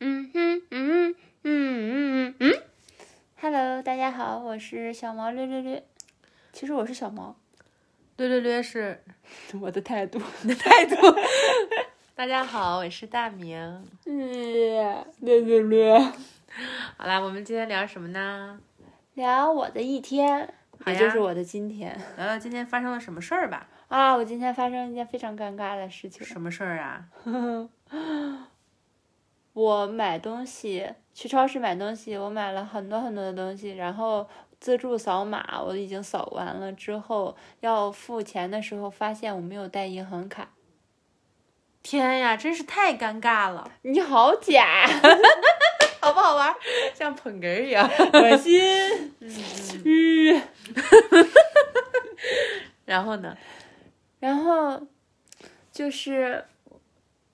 嗯家好，我是小毛略略略。其实我是小毛， 略略略是我的态度。你的态度。大家好，我是大明。略略略。好啦，我们今天聊什么呢？聊我的一天，好也呀就是我的今天聊聊今天发生了什么事儿吧？啊！我今天发生一件非常尴尬的事情，什么事儿啊？我买东西去超市买东西，我买了很多很多的东西，然后自助扫码我已经扫完了之后，要付钱的时候发现我没有带银行卡。天呀，真是太尴尬了，你好假，好不好玩？ 像捧哏一样。恶心。 嗯，然后呢？然后就是，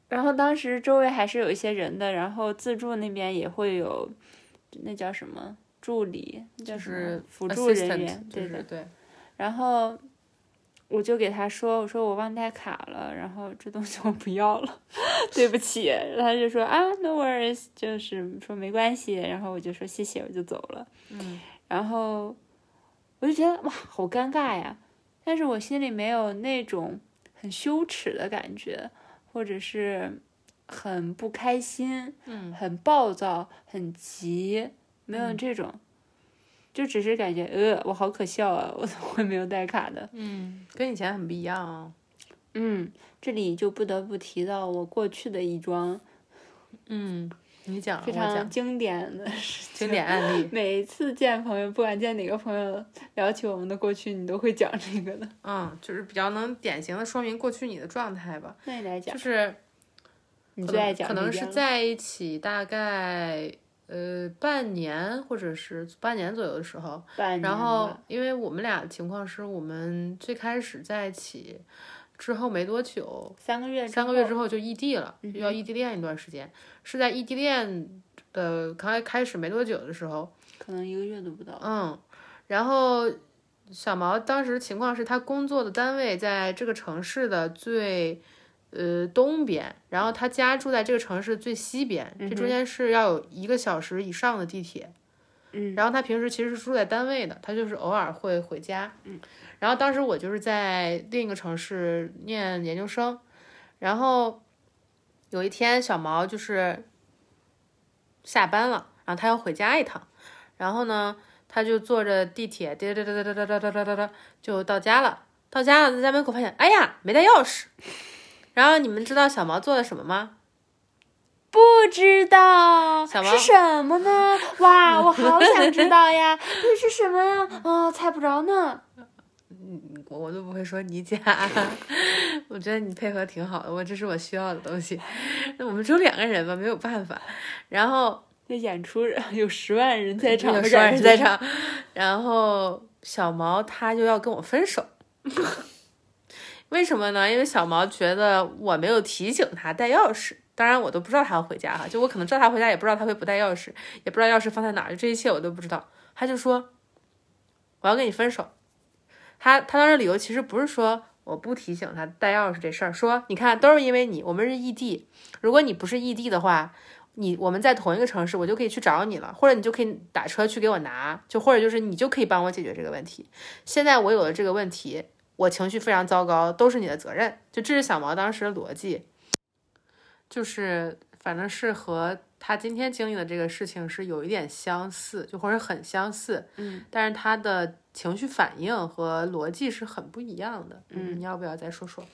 然后当时周围还是有一些人的，然后自助那边也会有，那叫什么助理，那叫就什么是辅助人 assistant，员，就对是的。对。然后我就给他说，我说我忘带卡了，然后这东西我不要了， 对不起。他就说啊，no worries，就是说没关系。然后我就说谢谢，我就走了。嗯，然后我就觉得哇，好尴尬呀！但是我心里没有那种很羞耻的感觉，或者是很不开心，嗯，很暴躁，很急，没有这种，就只是感觉呃，我好可笑啊，我怎么会没有带卡的？嗯，跟以前很不一样啊、嗯，这里就不得不提到我过去的一桩嗯，你讲，我非讲常经典的事情。经典案例。每一次见朋友，不管见哪个朋友，聊起我们的过去，你都会讲这个的。 嗯，就是比较能典型的说明过去你的状态吧，那你来讲就。是你可最能爱讲可能这是件了在一起大概呃半年或者是半年左右的时候，半然年后吧因为我们俩的情况是我们最开始在一起之后没多久，三个月，三个月，之后就异地了，嗯哼又要异地恋一段时间，是在异地恋的刚开始没多久的时候，可能一个月都不到。嗯，然后小毛当时情况是他工作的单位在这个城市的最呃东边，然后他家住在这个城市最西边，这中间是要有一个小时以上的地铁。嗯，然后他平时其实是住在单位的，他就是偶尔会回家。嗯，然后当时我就是在另一个城市念研究生，然后有一天小毛就是下班了，然后他要回家一趟，然后呢，他就坐着地铁哒哒哒哒哒哒哒哒哒哒就到家了。到家了，在家门口发现，哎呀，没带钥匙。然后你们知道小毛做了什么吗？不知道小是王什么呢？ 哇，我好想知道呀，这是什么呀？哦，猜不着呢。我我都不会说你假， 我觉得你配合挺好的，我这是我需要的东西。那我们只有两个人嘛，没有办法。然后那演出人有十万人在场，有不十万感人觉在。场，然后小毛他就要跟我分手， 为什么呢？因为小毛觉得我没有提醒他带钥匙，当然我都不知道他要回家哈，就我可能知道他回家，也不知道他会不带钥匙，也不知道钥匙放在哪儿，就这一切我都不知道。他就说我要跟你分手，他他当时理由其实不是说。我不提醒他带钥匙这事儿，说你看都是因为你，我们是异地。如果你不是异地的话，你我们在同一个城市，我就可以去找你了，或者你就可以打车去给我拿，就或者就是你就可以帮我解决这个问题。现在我有了这个问题，我情绪非常糟糕，都是你的责任。就这是小毛当时的逻辑，就是反正是和他今天经历的这个事情是有一点相似，就或者很相似，嗯，但是他的情绪反应和逻辑是很不一样的。嗯你要不要再说说？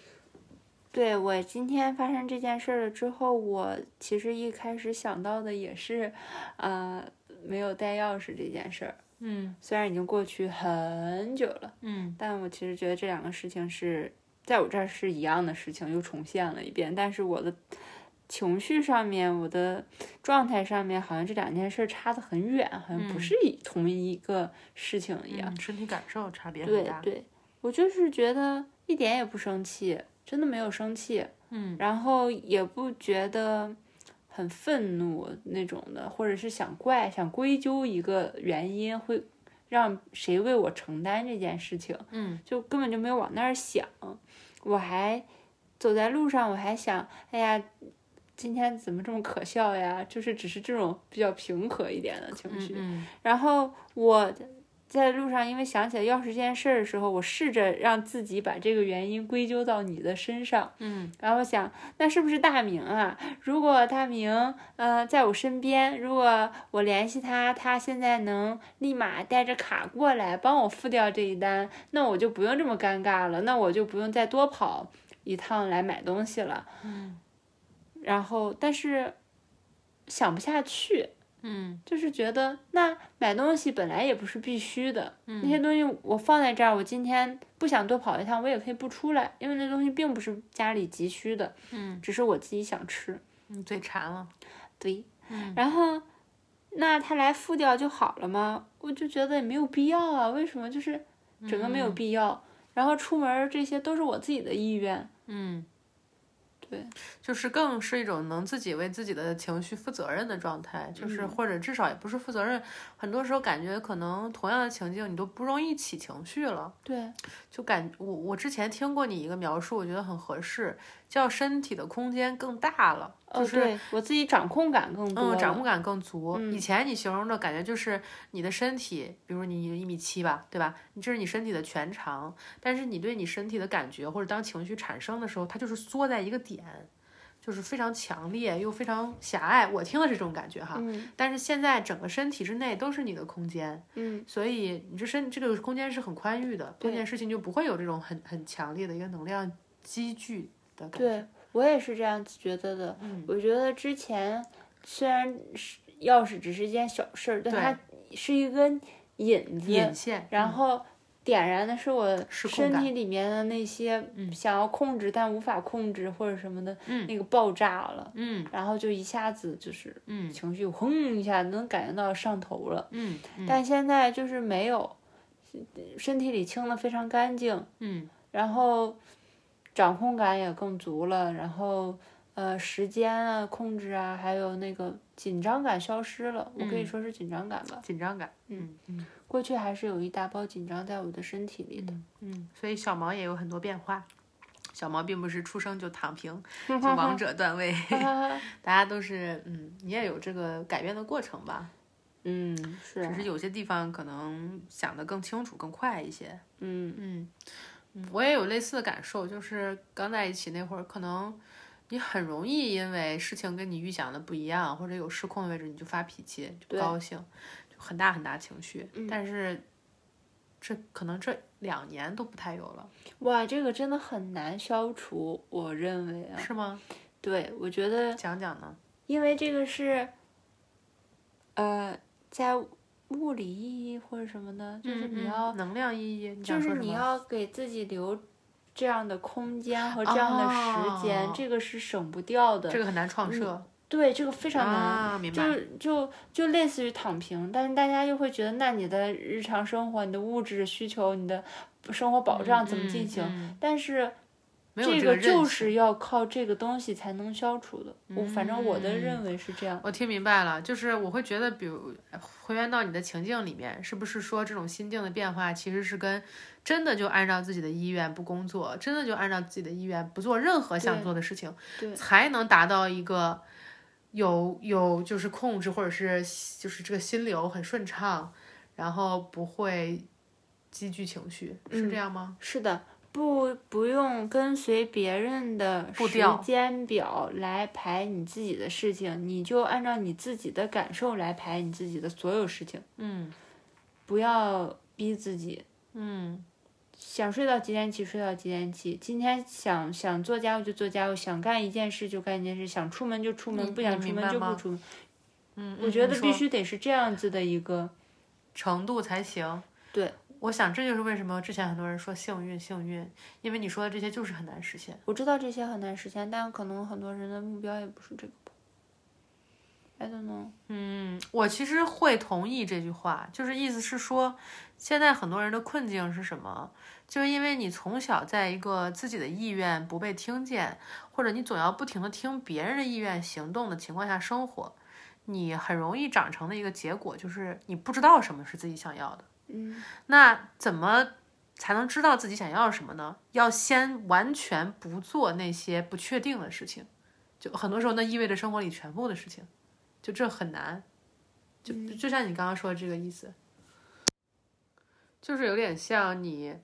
对我今天发生这件事儿了之后，我其实一开始想到的也是，呃，没有带钥匙这件事儿。嗯虽然已经过去很久了，嗯但我其实觉得这两个事情是在我这儿是一样的事情，又重现了一遍。但是我的情绪上面，我的状态上面，好像这两件事差得很远，好像不嗯是一同一个事情一样。，哎身体感受差别对对，我就是觉得一点也不生气，真的没有生气，嗯然后也不觉得。很愤怒那种的，或者是想怪、想归咎一个原因，会让谁为我承担这件事情。嗯就根本就没有往那儿想。我还走在路上，我还想，哎呀，今天怎么这么可笑呀？就是只是这种比较平和一点的情绪。嗯然后我在路上，因为想起来钥匙这件事儿的时候，我试着让自己把这个原因归咎到你的身上。嗯然后我想，那是不是大明啊？如果大明，呃，在我身边，如果我联系他，他现在能立马带着卡过来帮我付掉这一单，那我就不用这么尴尬了，那我就不用再多跑一趟来买东西了。嗯然后，但是想不下去，嗯就是觉得那买东西本来也不是必须的，那嗯些东西我放在这儿，我今天不想多跑一趟，我也可以不出来，因为那东西并不是家里急需的。嗯，只是我自己想吃。你嗯嘴馋了。对，嗯然后那他来付掉就好了嘛，我就觉得也没有必要啊，为什么就是嗯整个没有必要？然后出门儿这些都是我自己的意愿，嗯，对，就是更是一种能自己为自己的情绪负责任的状态，就是嗯或者至少也不是负责任。很多时候感觉可能同样的情境，你都不容易起情绪了。对，就感我我之前听过你一个描述，我觉得很合适，叫身体的空间更大了，就哦是对我自己掌控感更多了，嗯，掌控感更足。以嗯前你形容的感觉就是你的身体，比如你一米七吧，对吧？你这是你身体的全长，但是你对你身体的感觉，或者当情绪产生的时候，它就是缩在一个点，就是非常强烈又非常狭隘。我听的是这种感觉哈。嗯但是现在整个身体之内都是你的空间，嗯所以你这身这个空间是很宽裕的，碰见事情就不会有这种很很强烈的一个能量积聚的感觉。对我也是这样子觉得的。嗯我觉得之前虽然是钥匙只是一件小事儿，但对它是一根引子，眼线，然后点燃的是我失控身感体里面的那些嗯想要控制但无法控制或者什么的嗯那个爆炸了，嗯然后就一下子就是嗯情绪轰一下能感觉到上头了，嗯嗯但现在就是没有，身体里清的非常干净，嗯然后掌控感也更足了，然后。呃，时间啊，控制啊，还有那个紧张感消失了，我可以嗯说是紧张感吧。紧张感。嗯嗯。过去还是有一大包紧张在我的身体里的。嗯，所以小毛也有很多变化。小毛并不是出生就躺平，就嗯王者段位，大家都是嗯，你也有这个改变的过程吧？嗯，是只啊，是有些地方可能想得更清楚、更快一些。嗯嗯嗯，我也有类似的感受，就是刚在一起那会儿，可能你很容易因为事情跟你预想的不一样，或者有失控的位置，你就发脾气，就不对高兴，就很大很大情绪。嗯但是这可能这两年都不太有了，哇，这个真的很难消除，我认为啊，是吗？对，我觉得讲讲呢？因为这个是，呃，在物理意义或者什么的，就是嗯你要，能量意义，你嗯就想说是什你么要给自己留这样的空间和这样的时间，哦这个是省不掉的。这个很难创嗯设，对，这个非常难。啊，明白，就就就类似于躺平，但是大家又会觉得，那你的日常生活、你的物质需求、你的生活保障怎么进行？嗯嗯但是没有这个个认就识。是要靠这个东西才能消除的。我反正我的嗯认为是这样。我听明白了，就是我会觉得，比如回源到你的情境里面，是不是说这种心境的变化其实是跟真的就按照自己的意愿不工作，真的就按照自己的意愿不做任何想对做的事情，对才能达到一个有有就是控制或者是就是这个心流很顺畅，然后不会积聚情绪，是嗯这样吗？是的，不不用跟随别人的步时调间表来排你自己的事情，你就按照你自己的感受来排你自己的所有事情，嗯不要逼自己。嗯想睡到几点起睡到几点起，今天想想做家务就做家务，想干一件事就干一件事，想出门就出你门，不想你出明门白就吗不出门。嗯，我嗯觉你得说必须得是这样子的一个，程度才行。对，我想这就是为什么之前很多人说幸运幸运，因为你说的这些就是很难实现。我知道这些很难实现，但可能很多人的目标也不是这个吧。I don't know。嗯，我其实会同意这句话，就是意思是说，现在很多人的困境是什么？就是因为你从小在一个自己的意愿不被听见，或者你总要不停的听别人的意愿行动的情况下生活，你很容易长成的一个结果就是你不知道什么是自己想要的。嗯那怎么才能知道自己想要什么呢？要先完全不做那些不确定的事情，就很多时候那意味着生活里全部的事情，就这很难，嗯就就像你刚刚说的这个意思，就是有点像你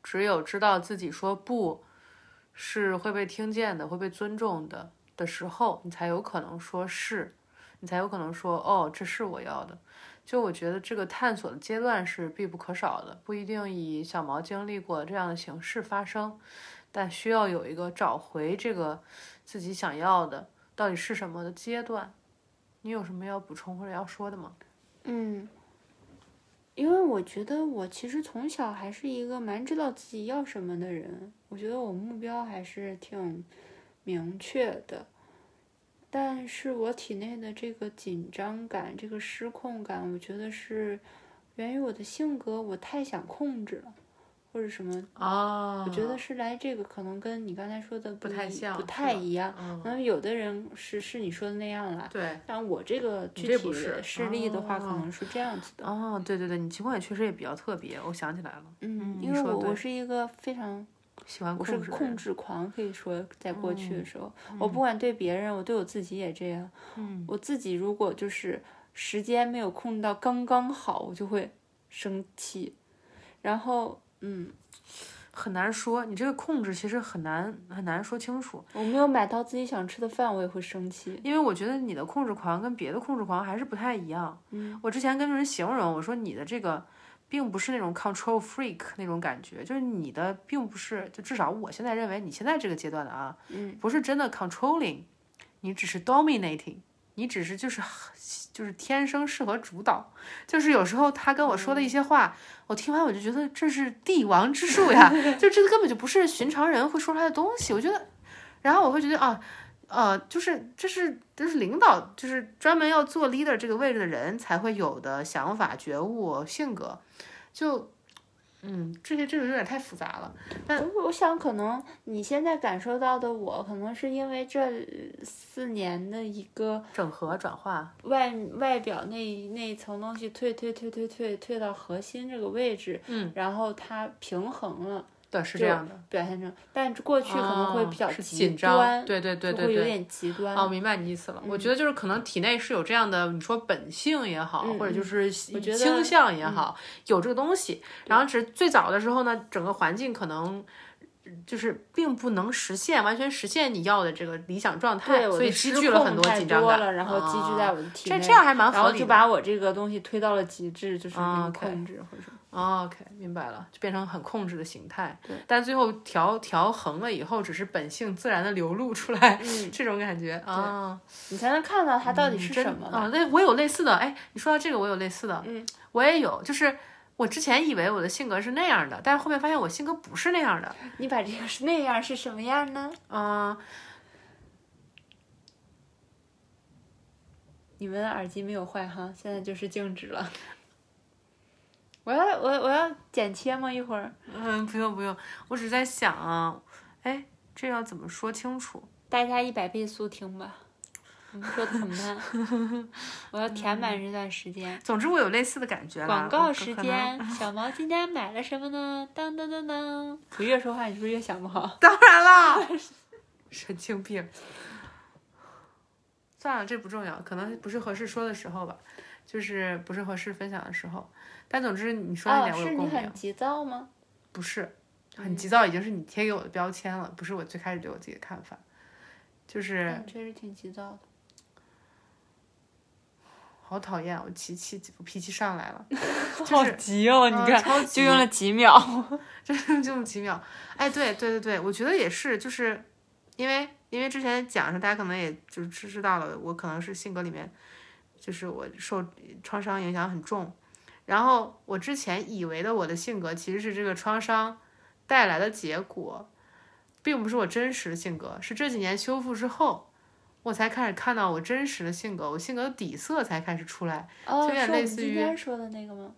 只有知道自己说不是会被听见的、会被尊重的的时候，你才有可能说是，你才有可能说哦，这是我要的。就我觉得这个探索的阶段是必不可少的，不一定以小毛经历过这样的形式发生，但需要有一个找回这个自己想要的到底是什么的阶段。你有什么要补充或者要说的吗？嗯，因为我觉得我其实从小还是一个蛮知道自己要什么的人，我觉得我目标还是挺明确的，但是我体内的这个紧张感、这个失控感，我觉得是源于我的性格，我太想控制了，或者什么，啊我觉得是来这个可能跟你刚才说的不太一像不是太吧一样。嗯，可能有的人是是你说的那样来，对，但我这个具这不体是事例的话，可哦能是这样子的。哦，对对对，你情况也确实也比较特别，我想起来了，嗯，嗯因你为说我对我是一个非常喜欢我控是制个的控人，制狂，可以说在过去的时候，我不管对别人，我对我自己也这样。嗯，我自己如果就是时间没有控制到刚刚好，我就会生气。然后，嗯，很难说，你这个控制其实很难很难说清楚，我没有买到自己想吃的饭，我也会生气。因为我觉得你的控制狂跟别的控制狂还是不太一样。嗯，我之前跟人形容，我说你的这个并不是那种 control freak 那种感觉，就是你的并不是，就至少我现在认为你现在这个阶段的啊，嗯，不是真的 controlling，你只是 dominating，你只是就是就是天生适合主导。就是有时候他跟我说嗯的一些话，我听完我就觉得这是帝王之术呀， 就这个根本就不是寻常人会说出来的东西。我觉得，然后我会觉得啊。呃，就是这是这是领导，就是专门要做 leader 这个位置的人才会有的想法、觉悟、性格，就，嗯，这些这个有点太复杂了。我我想，可能你现在感受到的我，可能是因为这四年的一个整合转化，外外表那一那一层东西退退退退退退到核心这个位置，嗯，然后它平衡了，对，是就这样的。表现成，但过去可能会比较哦是极紧张，端，对对对就对会有对。点极端，哦，明白你意思了。我觉得就是可能体内是有这样的，你说本性也好，嗯或者就是我觉得嗯倾向也好，有这个东西。然后只是最早的时候呢，整个环境可能就是并不能实现，完全实现你要的这个理想状态，对，我所的以失积聚了控很太紧张多感，了，然后积聚在哦我的体内，这这样还蛮然合后理就的。把我这个东西推到了极致，就是那啊个，OK 控制或者什么，哦 OK，明白了，就变成很控制的形态对。但最后调调衡了以后，只是本性自然的流露出来，嗯， 这种感觉啊。你才能看到它到底是真什么吧啊？类我有类似的，哎，你说到这个，我有类似的，嗯，我也有，就是我之前以为我的性格是那样的，但是后面发现我性格不是那样的，你把这个是那样是什么样呢？嗯、你们的耳机没有坏哈，现在就是静止 了。我要我我要剪切吗？一会儿嗯，不用不用，我只是在想啊，哎，这要怎么说清楚？大家一百倍速听吧。你们说的很慢， 我要填满这段时间。总之我有类似的感觉啦广告时，我可能间，小毛今天买了什么呢？当当当当！我越说话，你是不是越想不好？当 然啦，神经病。算了，这不重要，可能不是合适说的时候吧，就是不是合适分享的时候。但总之你说那哦，点我是有你共鸣。很急躁吗？不是，很急躁已经是你贴给我的标签了，不是我最开始对我自己的看法，就是嗯，确实挺急躁的。好讨厌，我脾气我脾气上来了，好急哦！你嗯看，超就级用了几秒。就是这么奇妙。哎，对对对对，我觉得也是，就是因为因为之前讲是大家可能也就知知道了，我可能是性格里面就是我受创伤影响很重，然后我之前以为的我的性格其实是这个创伤带来的结果，并不是我真实的性格，是这几年修复之后。我才开始看到我真实的性格，我性格的底色才开始出来哦，有是点我类们似今于天说的那个吗？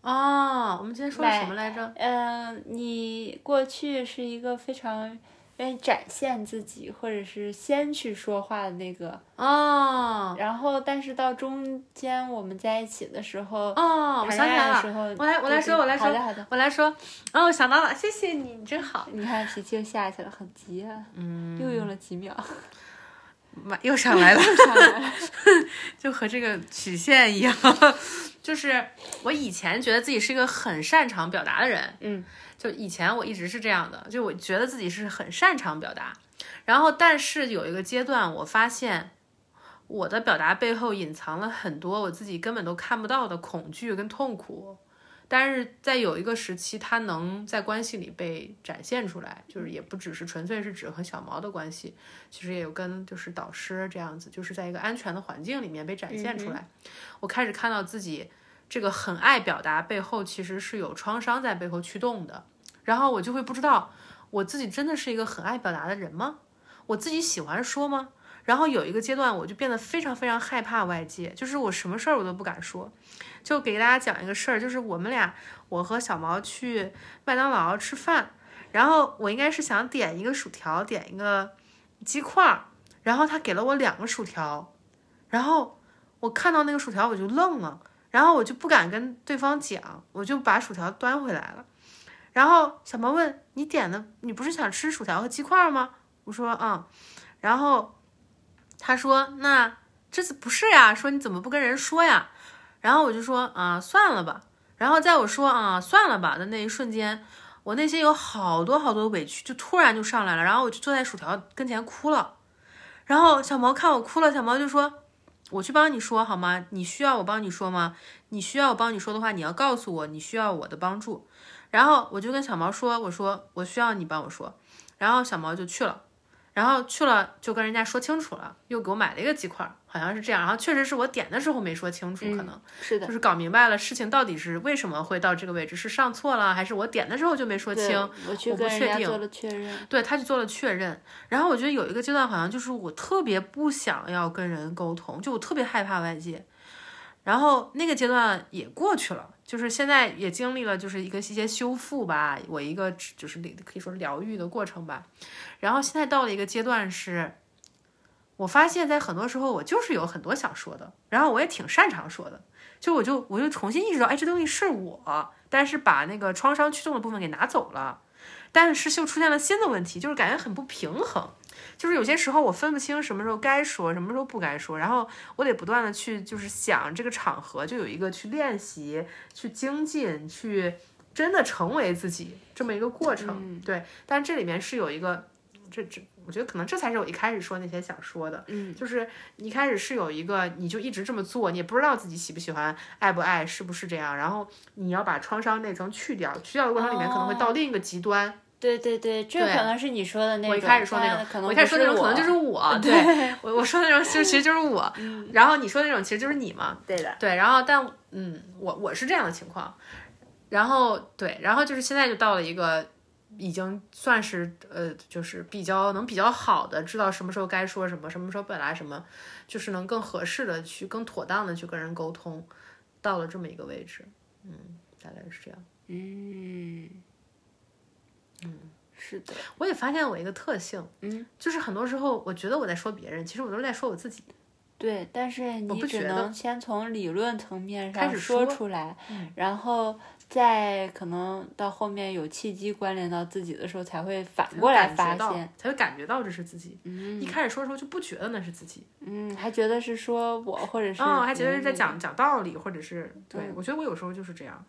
啊、我们今天说的来呃什么来着？嗯，你过去是一个非常愿意展现自己，或者是先去说话的那个。哦然后，但是到中间我们在一起的时候，哦，我谈想恋起爱的来了时，候，我来我来就是说我来好说的好的，我来说，哦，我想到了，谢谢你，你真好。你看脾气又下去了，很急啊，嗯，又用了几秒，妈又 上来了，上来了就和这个曲线一样， 就是我以前觉得自己是一个很擅长表达的人，嗯，就以前我一直是这样的，就我觉得自己是很擅长表达，然后但是有一个阶段，我发现我的表达背后隐藏了很多我自己根本都看不到的恐惧跟痛苦。但是在有一个时期，它能在关系里被展现出来，就是也不只是纯粹是指和小毛的关系，其实也有跟就是导师这样子，就是在一个安全的环境里面被展现出来。我开始看到自己这个很爱表达背后其实是有创伤在背后驱动的，然后我就会不知道我自己真的是一个很爱表达的人吗？我自己喜欢说吗？然后有一个阶段，我就变得非常非常害怕外界，就是我什么事儿我都不敢说。就给大家讲一个事儿，就是我们俩，我和小毛去麦当劳吃饭，然后我应该是想点一个薯条，点一个鸡块儿，然后他给了我两个薯条，然后我看到那个薯条我就愣了，然后我就不敢跟对方讲，我就把薯条端回来了。然后小毛问：“你点的，你不是想吃薯条和鸡块儿吗？”我说：“嗯。”然后他说：“那这次不是呀？说你怎么不跟人说呀？”然后我就说：“啊，算了吧。”然后在我说“啊，算了吧”的那一瞬间，我内心有好多好多委屈，就突然就上来了。然后我就坐在薯条跟前哭了。然后小毛看我哭了，小毛就说：“我去帮你说好吗？你需要我帮你说吗？你需要我帮你说的话，你要告诉我你需要我的帮助。”然后我就跟小毛说：“我说我需要你帮我说。”然后小毛就去了，然后去了就跟人家说清楚了，又给我买了一个鸡块儿，好像是这样。然后确实是我点的时候没说清楚，可能。嗯是的，就是搞明白了事情到底是为什么会到这个位置，是上错了还是我点的时候就没说对清？我去我不跟人确家定做了确认，对，他去做了确认。然后我觉得有一个阶段，好像就是我特别不想要跟人沟通，就我特别害怕外界。然后那个阶段也过去了，就是现在也经历了，就是一个一些修复吧，我一个就是可以说是疗愈的过程吧。然后现在到了一个阶段是，我发现在很多时候我就是有很多想说的，然后我也挺擅长说的，就我就我就重新意识到，哎，这东西是我，但是把那个创伤驱动的部分给拿走了。但是就出现了新的问题，就是感觉很不平衡，就是有些时候我分不清什么时候该说，什么时候不该说，然后我得不断的去就是想这个场合，就有一个去练习、去精进、去真的成为自己这么一个过程。对，但这里面是有一个，这这我觉得可能这才是我一开始说那些想说的，嗯，就是你一开始是有一个，你就一直这么做，你也不知道自己喜不喜欢，爱不爱，是不是这样，然后你要把创伤那层去掉，去掉的过程里面可能会到另一个极端。对对对，这对可能是你说的那我种，一开始说那但种，呃可能我一开始说不那种可能就是 是我，对我我说的那种就其实就是我，然后你说的那种其实就是你嘛，嗯对的，对，然后但嗯，我我是这样的情况，然后对，然后就是现在就到了一个已经算是呃，就是比较能比较好的知道什么时候该说什么，什么时候表达什么，就是能更合适的去更妥当的去跟人沟通，到了这么一个位置，嗯，大概是这样。嗯，嗯，是的，我也发现我一个特性，嗯，就是很多时候我觉得我在说别人，其实我都是在说我自己。对，但是你不觉只得能先从理论层面开上始说说嗯出来，然后再可能到后面有契机关联到自己的时候，才会反过来感觉发到现。，才会感觉到这是自己。一嗯开始说的时候就不觉得那是自己，嗯，还觉得是说我或者是嗯，还觉得别是在人嗯讲讲道理，或者是对对我觉得我有时候就是这样。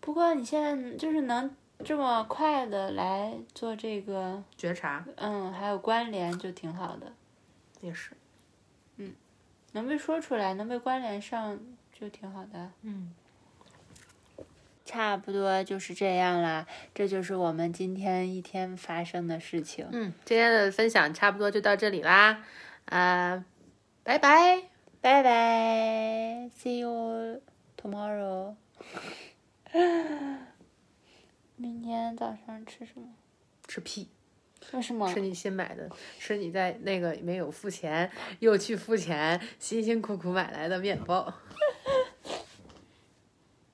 不过你现在就是能这么快的来做这个，觉察嗯，还有关联就挺好的，也是，能被说出来，能被关联上就挺好的。啊嗯，差不多就是这样啦，这就是我们今天一天发生的事情。嗯，今天的分享差不多就到这里啦，呃，拜拜。拜拜，see you tomorrow。明天早上吃什么？吃屁！为什么吃？你新买的，吃你在那个没有付钱又去付钱，辛辛苦苦买来的面包。